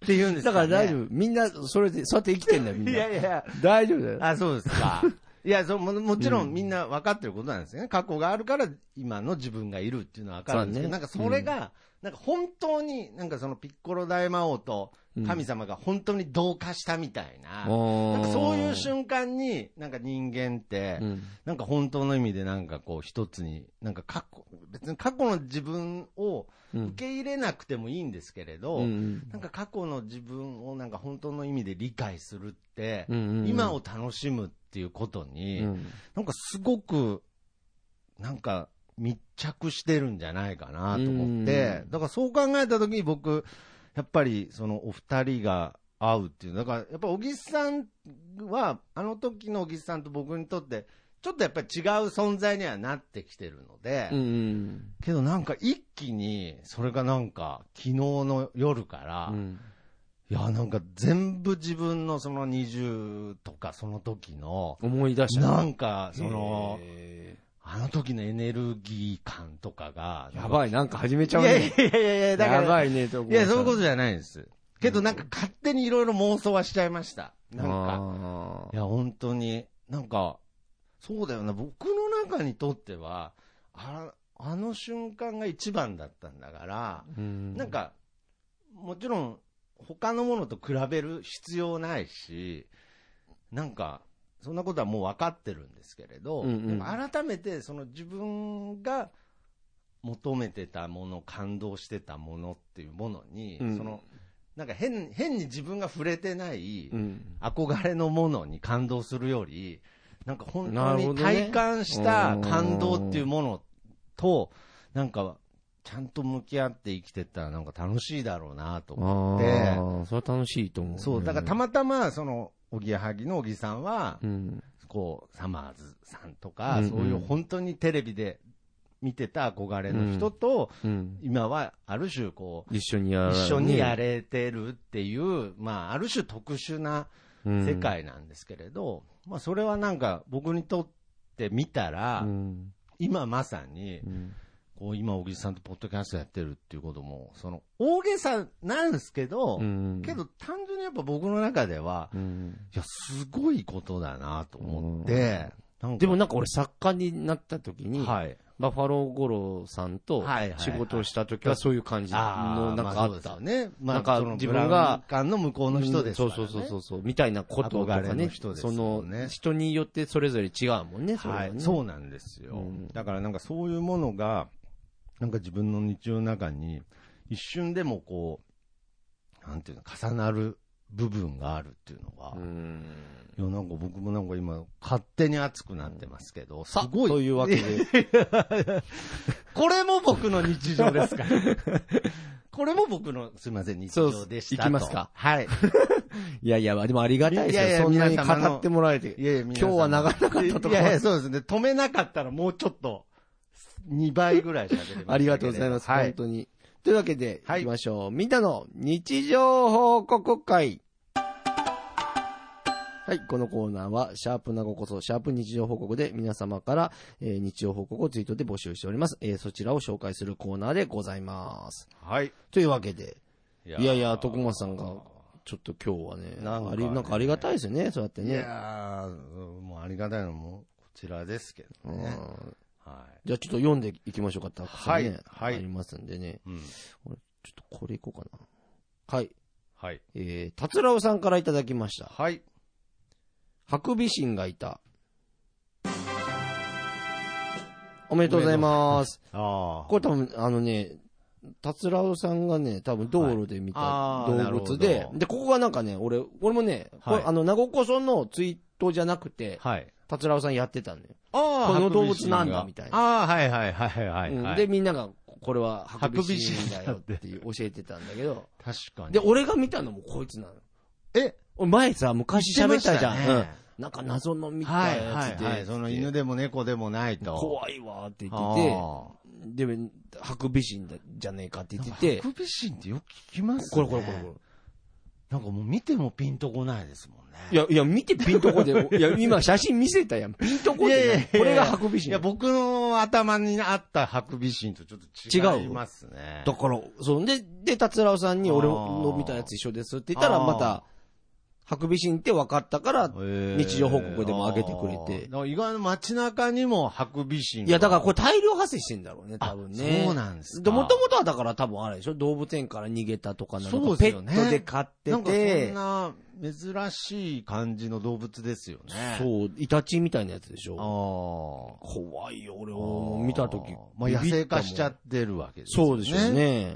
S2: ていうんです
S1: だから
S2: か、ね。
S1: 大丈夫。みんな、それで、そうやって生きてんだよ、みん
S2: い
S1: な
S2: や。いや。
S1: 大丈夫だよ。
S2: あ、そうですか。 いやそうも、もちろ
S1: うん
S2: んみんな分かってることなんですよね。過去があるから今の自分がいるっていうのは分かるんですけど、
S1: そうだね
S2: なんかそれが、なんか本当に、なんかそのピッコロ大魔王と神様が本当に同化したみたいな、
S1: な
S2: なんかそういう瞬間に、なんか人間って、なんか本当の意味でなんかこう一つに、なんか過去、別に過去の自分を
S1: うん
S2: 受け入れなくてもいいんですけれど、なんか過去の自分をなんか本当の意味で理解するって、今を楽しむっていうことに、なんかすごく、なんか密着してるんじゃないかなと思って、
S1: うん
S2: だからそう考えた時に僕、やっぱりそのお二人が会うっていう、だからやっぱ小木さんは、あの時の小木さんと僕にとって、ちょっとやっぱり違う存在にはなってきてるので、けどなんか一気に、それがなんか昨日の夜から、いや、なんか全部自分のその20とかその時の、
S1: 思い出した。
S2: なんか、その、
S1: へ
S2: あの時のエネルギー感とかが。
S1: やばい、なんか始めちゃう
S2: いや
S1: ね
S2: い。やいやいや、だから。
S1: やばいね、と
S2: いや、そういうことじゃないです。けどなんか勝手にいろいろ妄想はしちゃいました。なんか。
S1: か
S2: いや、本当に。なんか、そうだよな。僕の中にとっては、ああの瞬間が一番だったんだから、なん、か、もちろん、他のものと比べる必要ないし、なんか、そんなことはもう分かってるんですけれど、
S1: うんうん
S2: でも改めて、その自分が求めてたもの、感動してたものっていうものに、
S1: うん
S2: その、なんか変、変に自分が触れてない、
S1: うん
S2: 憧れのものに感動するより、なんか本
S1: な
S2: 当
S1: るほど
S2: に
S1: ね
S2: 体感した感動っていうものと、なんか、ちゃんと向き合って生きてったらなんか楽しいだろうなと
S1: あ
S2: 思
S1: ーそれは楽しいと思
S2: う。
S1: う。
S2: そう、だからた
S1: ま、
S2: またま、その、おぎやはぎのおぎさんは、
S1: うん。
S2: こう、サマーズさんとか、
S1: うんうん
S2: そういう本当にテレビで見てた憧れの人と、
S1: うん。
S2: 今はある種こう、
S1: 一緒にや
S2: 一緒にやれてるっていう、まあ、ある種特殊な
S1: うん
S2: 世界なんですけれど、まあそれはなんか僕にとってみたら、
S1: うん
S2: 今まさに、
S1: うん
S2: こう今小木さんとポッドキャストやってるっていうことも、その大げさなんですけど、
S1: うん
S2: けど単純にやっぱ僕の中では、
S1: うん
S2: いや、すごいことだなと思って、なんか
S1: でもなんか俺作家になった時に、
S2: はい。
S1: バッファロー五郎さんと
S2: はいはいはい
S1: 仕事をした時はそういう感じのなんかあ
S2: そう
S1: っ
S2: ですよ
S1: た。
S2: ね。まあ、
S1: なんか
S2: その
S1: 自分が
S2: ブラウン管の向こうの人ですから、ね。
S1: そうそうそうそう、みたいなこととか
S2: 憧れ
S1: ね
S2: の人です
S1: そ
S2: も
S1: の
S2: んね
S1: 人によってそれぞれ違うもんね、それは
S2: は
S1: ね
S2: い、そうなんですよ、
S1: うん
S2: だからなんかそういうものが、なんか自分の日常の中に、一瞬でもこう、なんていうの、重なる部分があるっていうのが、
S1: うん
S2: いやなんか僕もなんか今、勝手に熱くなってますけど、す
S1: さあ、
S2: ごい。
S1: というわけ
S2: で。
S1: で、
S2: これも僕の日常です から。これも僕の、すみません、日常でしたと。
S1: そうです行きますか
S2: はい。
S1: いやいや、でもありがたいですよ。
S2: いやいや
S1: そんなに
S2: 皆様の
S1: 語ってもらえて。
S2: いやいや皆さん
S1: 今日は長かったとか
S2: いやいや、そうですね。止めなかったらもうちょっと、2倍ぐらい喋りましたけれど
S1: ありがとうございます。
S2: は
S1: 本
S2: い。
S1: 当に。というわけで、
S2: はい
S1: 行きましょう。みんなの日常報告会。はい。このコーナーは、シャープなごこそ、シャープ日常報告で皆様から、えー日常報告をツイートで募集しております。えーそちらを紹介するコーナーでございます。
S2: はい。
S1: というわけで、
S2: い
S1: いやいや、徳松さんが、ちょっと今日はね、
S2: なんかね
S1: ありなんかありがたいですね、そうやって
S2: い
S1: ね。
S2: やーもうありがたいのも、こちらですけど
S1: うん
S2: ね。は
S1: じゃあちょっと読んでいきましょうか、たくさんね。
S2: はいはい
S1: ありますんでね。
S2: い。うん。
S1: ちょっとこれいこうかな。はい。
S2: はい。
S1: えー、達郎さんからいただきました。
S2: はい。
S1: ハクビシンがいた。おめでとうございます。
S2: あ
S1: これ多分、あのね、達郎さんがね、多分道路で見た
S2: はいあー
S1: 動物で、
S2: なるほど
S1: で、ここがなんかね、俺、俺もね、
S2: はい
S1: これあの、名古こそのツイートじゃなくて、
S2: あ。はい。
S1: 達郎さんやってたんだよ。
S2: ああ
S1: この動物なんだみたいな
S2: ああ、はいはいはいはいは
S1: うん
S2: い。
S1: で、みんなが、これはハクビシンだよ
S2: ハ
S1: っ
S2: クビシンだっ
S1: て
S2: て
S1: いう教えてたんだけど、
S2: 確かに。
S1: で、俺が見たのもこいつなの。
S2: え
S1: 俺前さ、昔喋ったじゃん。
S2: 言ってましたね
S1: うんなんか謎の見た
S2: はいは
S1: やつ
S2: い
S1: で、
S2: はい。その犬でも猫でもないと。
S1: 怖いわーって言っ
S2: あ
S1: てて、で、ハクビシンだじゃねえかって
S2: ー
S1: 言っ
S2: な
S1: て
S2: ん
S1: て
S2: か、ハクビシンってよく聞きます
S1: こ
S2: ね。
S1: れこれこれこ
S2: なんかもう見てもピンとこないですもんね。
S1: れ。いや、いや、見てピンとこで、い や、今写真見せたやん。ピンとこ
S2: いやいやい
S1: で
S2: や
S1: ね、これがハクビシ
S2: い
S1: ン。
S2: や、
S1: だか
S2: 僕の頭にあったハクビシンとちょっと違いますね。
S1: ら、そんで、で、達郎さんに俺
S2: あー
S1: の見たやつ一緒ですって言ったら、
S2: あー
S1: また、ハクビシンって分かったから、日
S2: 日
S1: 常報告でも上げてくれて
S2: 意外に街中にもハクビシンが
S1: いや、だからこれ大量発生してんだろうね、多分ね。
S2: あそうなんです
S1: で
S2: か
S1: もともとはだから多分あれでしょ動物園から逃げたとかなのか
S2: そう
S1: ペ
S2: ですよね
S1: ットで飼って
S2: なんか
S1: て、
S2: そんな珍しい感じの動物ですよね。う。
S1: そう、イタチみたいなやつでしょ
S2: ああ。
S1: 怖いよ、俺を見たとき。
S2: まあ野生化しちゃ
S1: て。
S2: ってるわけです
S1: そうでしょう
S2: ね。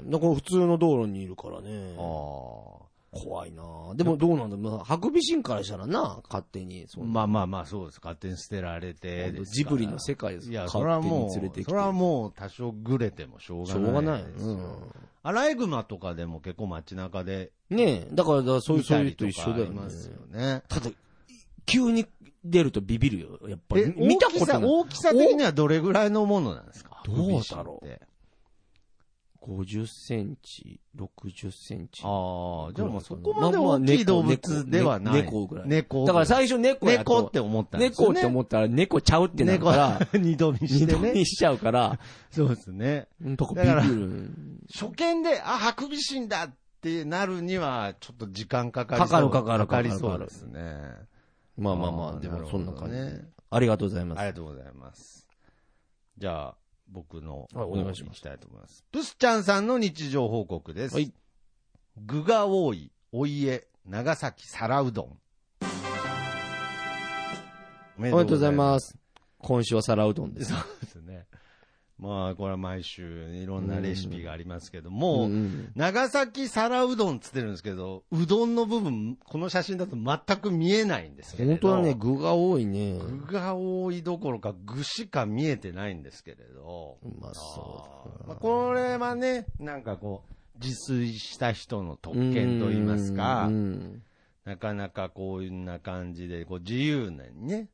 S1: ね。だから普通の道路にいるからね。
S2: ああ。
S1: 怖いなでもどうなんだまあハクビシンからしたらな、勝手に。そんな
S2: まあまあまあ、そうです。勝手に捨てられてですから。
S1: ジブリの世界です
S2: いや、そ
S1: 勝
S2: れは
S1: 手
S2: も
S1: に連れて
S2: う、
S1: きて。
S2: それはもう多少ぐれてもしょう
S1: しょうが
S2: がな
S1: ないい。
S2: ですよ。
S1: う
S2: アライグマとかでも結構街中で
S1: ん。ねえ、だからだからそういう、
S2: 見
S1: そう
S2: た
S1: いう
S2: り
S1: と
S2: と
S1: 一緒
S2: かあ
S1: だよ
S2: り
S1: ね
S2: ますよね。
S1: ただ、急に出るとビビるよ、やっぱり
S2: え。
S1: 見たことない。
S2: 大きさ大きさ的にはどれぐらいのものなんですか
S1: どうだろう
S2: ハク
S1: 50
S2: ビシンって
S1: センチ、60センチ。
S2: ああ、じゃあもうそこまで大きい動物ではない。
S1: 猫猫ぐらい
S2: 猫
S1: だから最初猫やと
S2: 猫って思ったんです
S1: 猫
S2: よ、
S1: っ
S2: ね。
S1: て思ったら猫ちゃうってなるから、
S2: 猫 二度見し
S1: 二
S2: て
S1: 度
S2: ね
S1: に。しちゃう から、
S2: そうですね。
S1: うんとこビ
S2: だから
S1: ビる。
S2: 初見で、あ、ハクビシンだってなるには、ちょっと時間かかりそう。
S1: かかるかかる
S2: かかりそ
S1: か
S2: う
S1: かる
S2: ですね。
S1: まあまあま
S2: あ
S1: あ、
S2: ー
S1: でもそんな感じ
S2: なる
S1: で
S2: ほどね。
S1: ありがとうございます
S2: あ。りがとうございます。じゃあ、僕の
S1: はいお願いします
S2: 行きたいと思います。プスちゃんさんの日常報告です。
S1: はい
S2: 具が多い、お家、長崎皿うどん。おめ。
S1: おめでとうございますす。今週は皿うどんです。
S2: そうですね。まあ、これは毎週いろんなレシピがありますけど
S1: う
S2: も、
S1: んうん
S2: 長崎皿うどんっつってるんですけど、うどんの部分、この写真だと全く見えないんですけれど
S1: 本当はね、具が多いね。
S2: 具が多いどころか具しか見えてないんですけれど。
S1: うまそう
S2: あーまあこれはね、なんかこう、自炊した人の特権と言いますか
S1: うん、うん
S2: なかなかこういうんな感じで、こう自由なにね、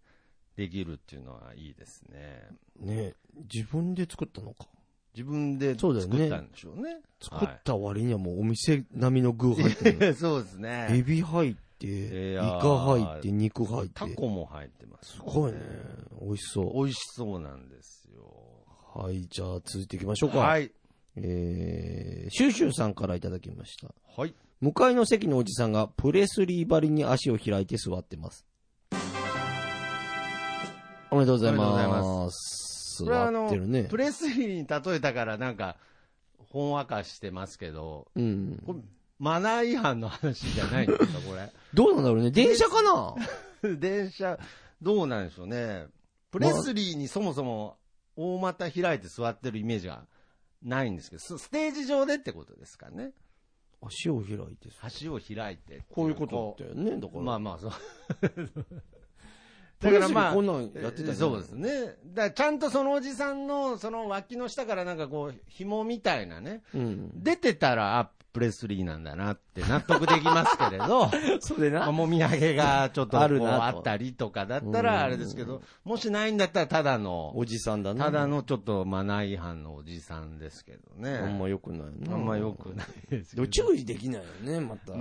S2: できるっていうのはいいですね。
S1: ね自分で作ったのか。
S2: 自分で
S1: そう
S2: 作
S1: だ
S2: っ
S1: よね
S2: たんでしょうね。
S1: 作った割にはもうお店並みの具入ってる。
S2: はいそうです
S1: エ
S2: ね。
S1: ビ入って、
S2: い
S1: イ
S2: や
S1: カ
S2: ー
S1: 入って、肉入って。
S2: タコも入ってます、
S1: すごいね。美味しそ
S2: 美味しそうなんですよ。
S1: う。はい、じゃあ続いていきましょうか。
S2: はい。
S1: えー、シューシューさんからいただきました。
S2: はい。
S1: 向かいの席のおじさんがプレスリー張りに足を開いて座ってます。おめでとうござい
S2: おめでとう
S1: ます。
S2: これはあ
S1: 座っ
S2: の
S1: てるね
S2: プ。レスリーに例えたからなんか、ほんわかしてますけど、
S1: うん。
S2: これ、マナー違反の話じゃないんですか、こ
S1: どうなんだろうね。電車か な
S2: れ。電車、どうなんでしょうね。プレスリーにそもそも大股開いて座ってるイメージがないんですけど、スステージ上でってことですかね。
S1: 足を開いて座る。
S2: 橋を開いてっていう
S1: こういうことだよね。だか
S2: こ
S1: ら。
S2: うまあまあ、そう。
S1: プ
S2: だ
S1: レ
S2: か
S1: ス
S2: ら
S1: リ
S2: ま
S1: ー
S2: あ
S1: こんなんやってたよね
S2: そうですね。だからちゃんとそのおじさんの、その脇の下からなんかこう、紐みたいなね、
S1: うん。
S2: 出てたら、あ、プレスリーなんだなって納得できますけれ ど、
S1: それ
S2: まあ
S1: な。
S2: もみあげがちょっとこう
S1: あるなと
S2: あったりとかだったらあれですけど、もしないんだったらただの、
S1: おじさんだな。
S2: ただのちょっとマナー違反のおじさんですけど
S1: あん
S2: ね。
S1: ま良くないよね
S2: あんま良くないで
S1: で
S2: すけど
S1: も。注意できないよね、また。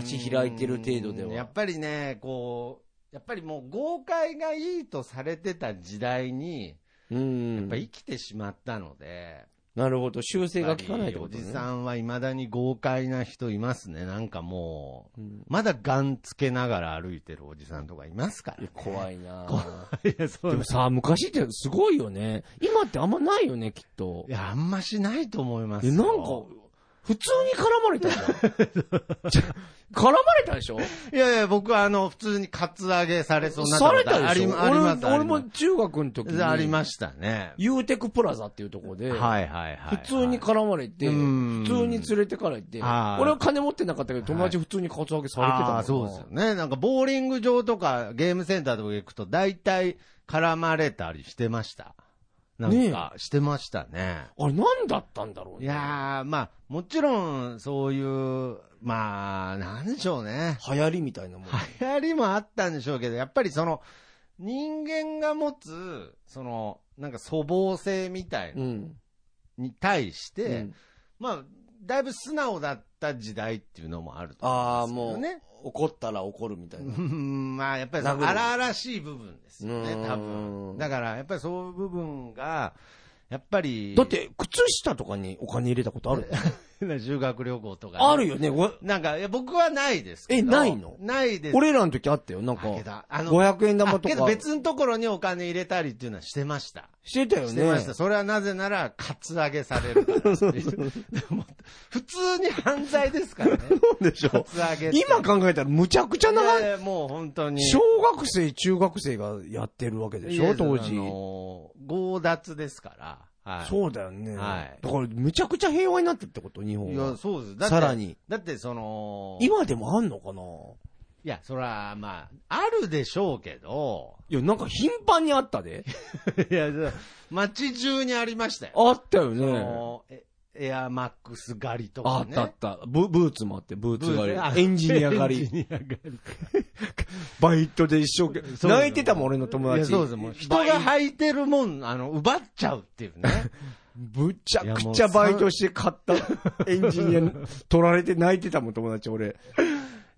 S1: 足開いてる程度では
S2: やっぱりね、こう、やっぱりもう豪快がいいとされてた時代に、
S1: うん。
S2: やっぱ生きてしまったので、
S1: なるほど。修正が効かないって
S2: やっ
S1: こ
S2: ぱ
S1: とね。
S2: りおじさんはいまだに豪快な人いますね。なんかもう、
S1: うん
S2: まだガンつけながら歩いてるおじさんとかいますから、
S1: いや
S2: ね。
S1: 怖いな
S2: 怖 い。や、そ
S1: で
S2: う
S1: もさ、昔ってすごいよね。今ってあんまないよね、きっと
S2: い。や、あんましないと思います
S1: え、
S2: よ。
S1: なんか、普通に絡まれたじゃん。 ちょ絡まれたでしょ
S2: いやいや、僕はあの、普通にカツアゲされそうにな
S1: され
S2: こと
S1: たでしょ
S2: あります、
S1: 俺
S2: あ
S1: 俺
S2: りま
S1: も
S2: す。
S1: 中学の時に、
S2: ありましたね。
S1: ユーテクプラザっていうところで、
S2: はいはいはい。
S1: 普通に
S2: カツ
S1: 絡まれて、
S2: うん
S1: 普通に連れてかれて、俺
S2: はい
S1: は金持ってなかったけど、友達普通にカツアゲされてたもんな
S2: あーそうですよね。なんか、ボーリング場とか、ゲームセンターとか行くと、大体、絡まれたりしてました。なんか、してましたね。
S1: あれ、なんだったんだろう
S2: い
S1: ね。
S2: やー、まあ、もちろん、そういう、まあ、なんでしょうね。
S1: 流行りみたいなもん。。
S2: 流行りもあったんでしょうけど、やっぱりその、人間が持つ、その、なんか粗暴性みたいうなんに対し
S1: う
S2: て、
S1: ん
S2: まあ、だいぶ素直だった時代っていうのもあると
S1: ああ、
S2: 思
S1: も
S2: う
S1: う、
S2: んです
S1: 怒ったら怒るみたい
S2: けど
S1: な。
S2: ね。うんまあ、やっぱりそ
S1: 殴る
S2: の荒々しい部分ですよね、
S1: うん
S2: 多分。だから、やっぱりそういう部分が、やっぱり、
S1: だっ、 て、靴下とかにお金入れたことある
S2: 修学旅行とか ね、
S1: あるよね。ご
S2: なんか、いや、僕はないですけど。
S1: えないの
S2: ないです。
S1: 俺らの時あったよ。なんか
S2: だ、けど、あの、
S1: 500円玉と
S2: あけど
S1: か。
S2: 別のところにお金入れたりっていうのはしてました。
S1: してたよね。
S2: してました。それはなぜなら、カツアゲされるからっていう でも普通に犯罪ですからね。
S1: でし
S2: カ。ツアゲって
S1: 今考えたらむちゃくちゃ
S2: いや
S1: 長
S2: い
S1: い。
S2: やもう本当に。
S1: 小学生、中学生がやってるわけでし
S2: い
S1: ょ、
S2: や
S1: 当
S2: あ
S1: 時。
S2: の強奪ですから。はい。
S1: そうだよね。
S2: はい
S1: だから、むちゃくちゃ平和になったってこと、日本
S2: いや、
S1: は。
S2: そうです。だって
S1: さら。に。
S2: だって、その、い
S1: 今でもあんのかな
S2: や、そら、まあ、あるでしょうけど、
S1: いや、なんか頻繁にあったで。
S2: いや、そら街中にありましたよ。
S1: あったよ
S2: あ
S1: ね。
S2: のエエアマックス狩りと
S1: あ
S2: か
S1: っ
S2: ね。
S1: たあった。ブブーツもあって、ブーツ狩
S2: ブーツ
S1: り。エンジニア狩
S2: エン
S1: り。
S2: ジニア狩り
S1: バイトで一生懸
S2: そう
S1: 命。泣いてたもん、俺の友
S2: いや
S1: 達。
S2: そうです。もう人が履いてるもん、あの、奪っちゃうっていうね。
S1: むちゃくちゃバイトして買ったエンジニア取られて泣いてたもん、友達俺。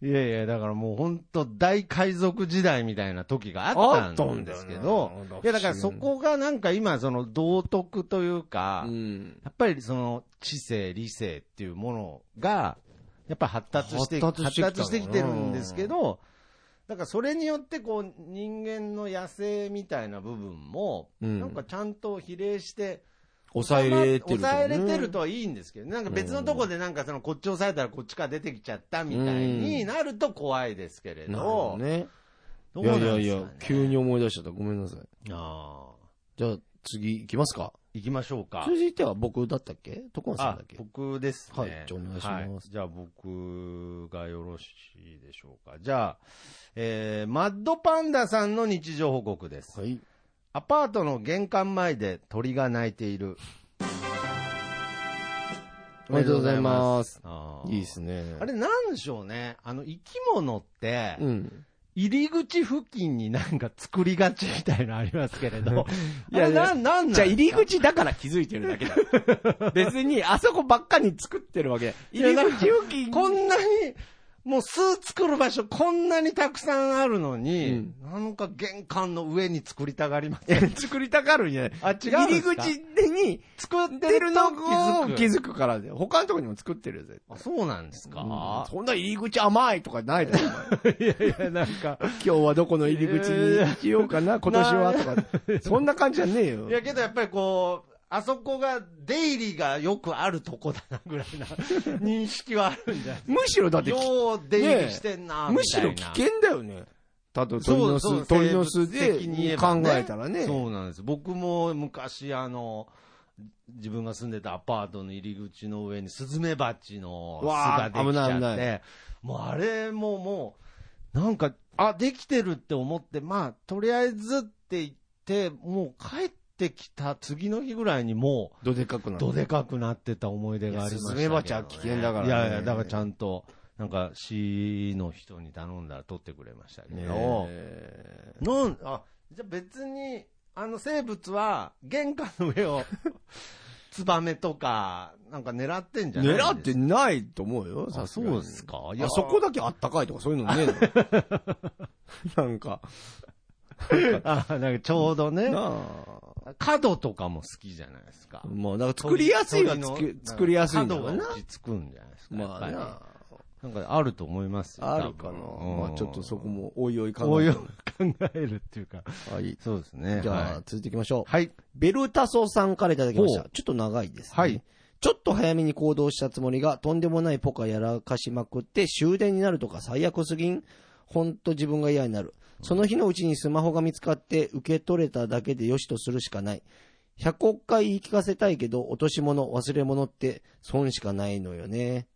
S2: いやいや、だからもう本当大海賊時代みたいな時があったんですけど
S1: あったんだよな、
S2: いやだからそこがなんか今その道徳というか、
S1: ん。
S2: やっぱりその知性、理性っていうものが、やっぱ発達して、
S1: 発達してきたのかな
S2: 発達してきてるんですけど、だからそれによってこう人間の野生みたいな部分も、
S1: うん
S2: なんかちゃんと比例して、
S1: 抑えれてる、
S2: 抑えれてる。といいんですけど、なんか別のとこでなんかそのこっち抑えたらこっちから出てきちゃったみたいになると怖いですけれ
S1: なるほ
S2: ど、
S1: どね。
S2: ど
S1: いう
S2: な
S1: や
S2: ん
S1: い
S2: です
S1: や
S2: かね
S1: いや、急に思い出しちゃった。ごめんなさい。
S2: ああ
S1: じゃあ次行きますか。
S2: 行きましょうか。
S1: 続いては僕だったっけ徳間さん
S2: あ
S1: だっ、け
S2: 僕ですね。
S1: はいじゃあお願いします
S2: はいじゃあ僕がよろしいでしょうか。じゃあ、えー、マッドパンダさんの日常報告です。
S1: はい。
S2: アパートの玄関前で鳥が鳴いている。
S1: おめでとうございます。
S2: あー
S1: いいですね。
S2: あれなんでしょうね。あの、生き物って、
S1: うん。。
S2: 入り口付近になんか作りがちみたいなのありますけれ ど
S1: いや
S2: あれな、なんなん
S1: じゃあ入り口だから気づいてるだけだ。 別に、あそこばっかに作ってるわけ。入り口付近
S2: こんなに、もう巣作る場所こんなにたくさんあるのに、なんか玄関の上に作りたがります。
S1: 作りたがるんじゃない
S2: あ、違うんですか
S1: 入り口に
S2: 作っ
S1: 出るのを気
S2: く。
S1: づくからで。他のとこにも作ってるよ、絶
S2: あそうなんです
S1: 対。
S2: か、
S1: そんな入り口甘いとかない だろ。
S2: いやいや、なんか。
S1: 今日はどこの入り口にしようか な、今年はとか。そんな感じじゃねえよ
S2: い。やけどやっぱりこう、あそこが、出入りがよくあるとこだな、ぐらいな認識はあるんじゃない
S1: むしろだって、
S2: よう出入りしてんな、みたいな。
S1: むしろ危険だよね。たとえ鳥
S2: そう
S1: の
S2: そう
S1: 巣、鳥の
S2: 生
S1: 巣
S2: 物
S1: で
S2: 的に言えば
S1: 考
S2: ね
S1: えたらね。
S2: そうなんです。僕も昔、あの、自分が住んでたアパートの入り口の上にスズメバチの巣
S1: わあ
S2: ができちゃ
S1: 危ない
S2: っ
S1: 危な
S2: て、もうあれももう、なんか、あ、できてるって思って、まあ、とりあえずって言って、もう帰ってきた次の日ぐらいにも
S1: どでかくな
S2: う、
S1: る
S2: どでかくなってた思い出がありましたけど、ね。
S1: いやスズメバチは危険だからね
S2: いやいや、だからちゃんと、なんか、市の人に頼んだら取ってくれましたけど、
S1: ね
S2: なん、あ、じゃあ別に、あの生物は玄関の上を、 ツバメとか、なんか狙ってんじゃないんです
S1: 狙ってないと思うよ、
S2: あ
S1: さす
S2: そ
S1: がに
S2: うですか
S1: いや、そこ
S2: だ。
S1: だけあったかいとかそういうのねえの なんか、
S2: あ、なんかちょうどね
S1: な、あ。
S2: 角とかも好きじゃないですか。
S1: もう、だから作りやすいは
S2: 鳥の
S1: 作作りやすいんだろ
S2: 角が
S1: うな。
S2: 落ち着くんじゃないですか。
S1: まあ
S2: やっ
S1: な。
S2: ぱりなんかあると思いますよ。
S1: あるかな。
S2: 多分
S1: まあちょっとそこ。もおいおい考
S2: 応
S1: え
S2: 用
S1: て。
S2: 考えるっていうか。
S1: はい。
S2: そうですね。
S1: じゃあ
S2: はい、
S1: 続いていきましょう。
S2: はい。
S1: ベルタソさんからいただきました。
S2: ほ
S1: ちょっと長いです、ね。
S2: はい。
S1: ちょっと早めに行動したつもりが、とんでもないポカやらかしまくって終電になるとか最悪すぎん。ほんと自分が嫌になる。その日のうちにスマホが見つかって受け取れただけでよしとするしかない。100億回言い聞かせたいけど、落とし物、忘れ物って損しかないのよね。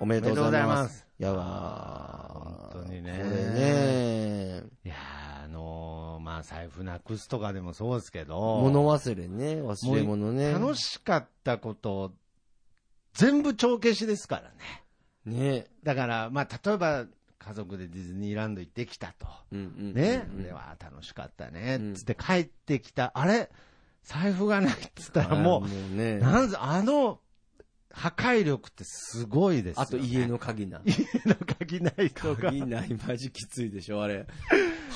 S1: おめでとうござい
S2: おめでとうござい
S1: ま
S2: ますす。
S1: やばー
S2: 本当にね
S1: これね。
S2: いやーあのーまあ、財布なくすとかでもそうですけど、
S1: 物忘れね。忘れ物ね。
S2: 楽しかったこと、全部帳消しですからね。
S1: ね。
S2: だから、まあ、例えば、家族でディズニーランド行ってきたと。
S1: うんうん
S2: ね。
S1: うん
S2: で、わあ楽しかったね
S1: うん。
S2: つって帰ってきた、あれ財布がないっつったら
S1: あ
S2: も
S1: もう
S2: う、
S1: ね。
S2: なんぞ、あの、破壊力ってすごいですよ、ね。
S1: あと家。の鍵な。
S2: の 鍵ないとか。
S1: 鍵ない、マジきついでしょ、あれ。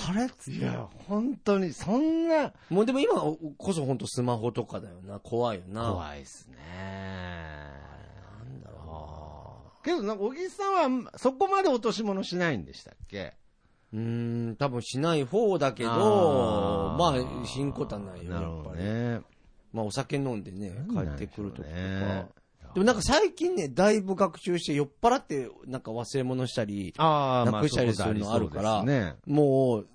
S1: あれつ
S2: いや、本当に、そんな、
S1: もうでも今こそ本当スマホとかだよな。怖いよな。
S2: 怖いっすね。
S1: なんだろ
S2: けど、なんか、小木さんは、そこまで落とし物しないんでしたっけ
S1: うな。うーん、多分しない方だけど、
S2: あ
S1: ま
S2: ー
S1: あ、しんこたないよ、
S2: な
S1: や
S2: るほ
S1: っ
S2: ど
S1: ぱり。
S2: ね。
S1: まあ、お酒飲んでね、帰ってくるときとか。
S2: ね
S1: でもなんか最近ね、だいぶ学習して、酔っ払って、なんか忘れ物したり、
S2: ああ、ま
S1: な
S2: あ、
S1: くしたりするのあるから
S2: そうですね。
S1: もう、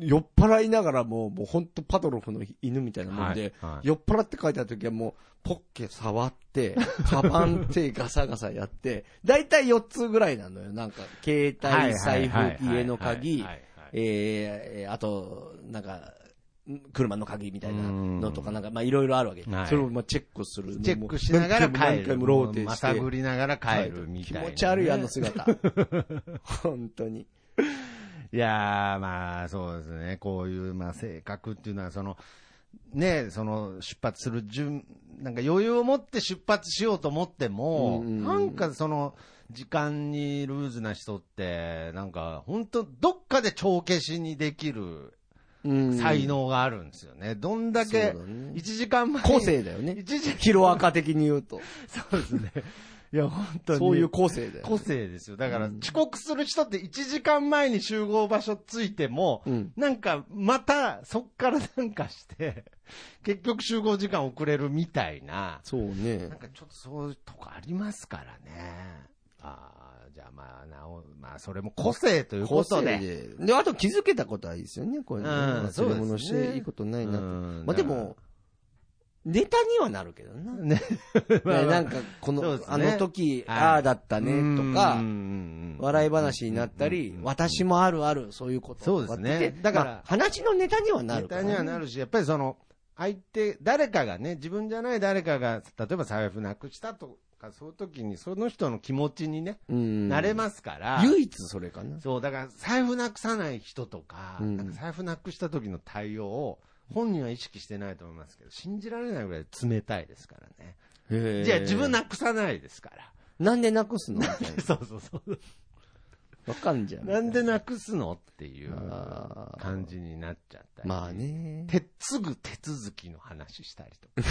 S1: 酔っ払いながらもう、もう本当パドロフの犬みたいなもんで、
S2: はいはい
S1: 酔っ払って書いた時はもう、ポッケ触 って、カバン手ガサガサやって、だいたい4つぐらいなのよ。なんか、携
S2: はい
S1: 帯、財
S2: はいはい
S1: 布、家の鍵
S2: はいはい、はい
S1: えーえーあと、なんか、ん車の鍵みたいなのとか、
S2: うん
S1: なんか、まあいろいろあるわけ。
S2: はい
S1: それをまあチェックする。
S2: チェックしながら
S1: もう
S2: 帰
S1: 何
S2: る。
S1: 回もローテ
S2: ま
S1: して
S2: さぐりながら帰るみたいなね、
S1: 気持ち悪い、あの 姿。本当に。
S2: いやー、まあ、そうですね。こういう、まあ、性格っていうのは、その、ね、その出発する順、なんか余裕を持って出発しようと思っても、
S1: うん
S2: なんかその、時間にルーズな人って、なんか本当どっかで帳消しにできる
S1: うん
S2: 才能があるんですよね。どんだけ
S1: そうだね、
S2: 1時間前に
S1: 個性だよね。
S2: 一時
S1: ヒロアカ的に言うと。
S2: そうですね。いや、本当に。
S1: そういう個性だよね。
S2: 個性ですよ。だから、遅刻する人って1時間前に集合場所ついても、
S1: うん
S2: なんか、また、そっからなんかして、 結局集合時間遅れるみたいな、
S1: そうね
S2: なん。かちょっとそういうとこありますからね。ああ、じゃあまあ、なお、まあ、それも個性ということで。
S1: で。で、あと気づけたことはいいですよね、これね。
S2: うん
S1: なんか
S2: そう
S1: 忘れ
S2: ですね
S1: 物していいことないなと。
S2: うん
S1: まあでも、、ネタにはなるけどな。
S2: ね、ま あ
S1: ね、なんか、この、
S2: そうですね
S1: あの時、
S2: はい
S1: ああだったね、とか
S2: うんうん、うん
S1: 笑い話になったり、私もあるある、そういうこと
S2: そうですね
S1: とかって
S2: だから
S1: まあ話のネタにはなる
S2: ネ
S1: から
S2: タ
S1: ね。
S2: にはなるし、やっぱりその、相手、誰かがね、自分じゃない誰かが、例えば財布なくしたとか、そういう時に、その人の気持ちにね、
S1: うん。
S2: なれますから、
S1: 唯一それかな。
S2: そう、だから財布なくさない人とか、
S1: うん
S2: なんか財布なくした時の対応を、本人は意識してないと思いますけど、信じられないぐらい冷たいですからね。じ
S1: じ
S2: ゃあ自分。なくさないですから。
S1: なんでなくすのみたいな
S2: そうそうそう。
S1: わかんじゃん。
S2: なんでなくすのっていう
S1: あー
S2: 感じになっちゃったり。
S1: まあね。
S2: 手、すぐ手続きの話したりとか。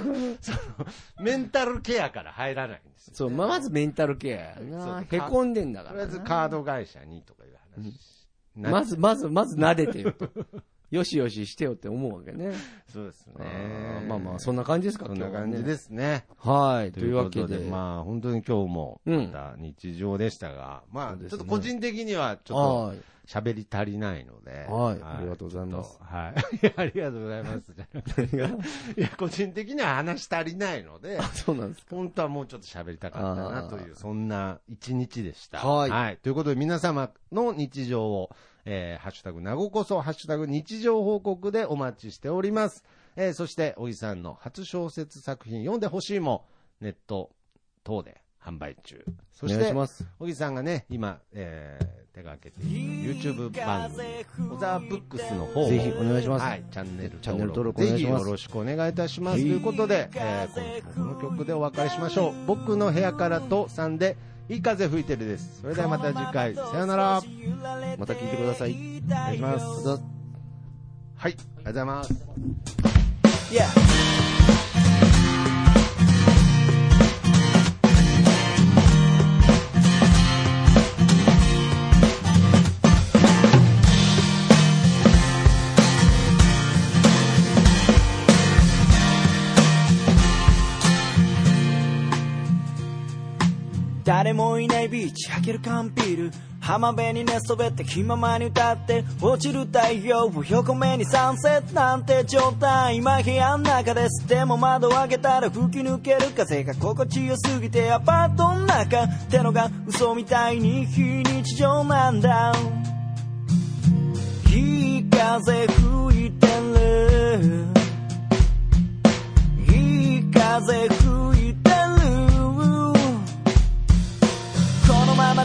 S2: その、メンタルケアから入らないんですよ、ね。
S1: そう、まあまずメンタルケアやな。
S2: そう
S1: へこんでんだ
S2: と
S1: か
S2: りあ
S1: ら
S2: えず
S1: な。
S2: カード会社にとかいう話。な
S1: まず、まず、まず撫でてよ と。よしよししてよって思うわけね。
S2: そうですね
S1: あー。まあまあ、そんな感じですか、
S2: そんな感じ
S1: す。
S2: ですね。
S1: はい、と
S2: とい
S1: いうう
S2: わ
S1: わ
S2: け
S1: け
S2: で、
S1: で。
S2: まあ本当に今日も
S1: うん
S2: また日常でしたが、
S1: そ
S2: まあ
S1: う
S2: ち
S1: で
S2: ょっ
S1: すね
S2: と個人的にはちょっと
S1: はい。
S2: 喋り足りないので、
S1: はいありがとうございます
S2: ちょっとはい。 いやありがとうございます。じゃなくていや、個人的には話足りないので
S1: あ、、そうなんです。
S2: 本当はもうちょっと喋りたかったなという、そんな一日でした。
S1: はい
S2: ということで皆様の日常を、えー、ハッシュタグなごこそ、ハッシュタグ日常報告でお待ちしております。えー、そして、おじさんの初小説作品読んでほしいも、ネット等で販売中。
S1: お
S2: そし
S1: 願い
S2: て
S1: し、ます。
S2: 小木さんがね、今、えー、手がけている YouTube 番組、小沢ブックスの方を
S1: ぜひお願いします
S2: はい、チャンネル
S1: チャンネル登録
S2: ぜひ
S1: お願いしま
S2: よ
S1: す
S2: ろしくお願いいたします。ということで、えー、この曲でお別れしましょう。僕の部屋からとさんで、いい風吹いてるです。それではまた次回、さよなら。
S1: また聞いてください。
S2: お願いします。はい、ありがとうございます。
S3: Yeah.「誰もいないビーチ開ける缶ビール」「浜辺に寝そべって気ままに歌って」「落ちる太陽を横目にサンセットなんて状態」「今部屋の中です」「でも窓を開けたら吹き抜ける風が心地よすぎて」「アパートの中ってのが嘘みたいに非日常なんだ」「いい風吹いてる」「いい風吹いてる」このまま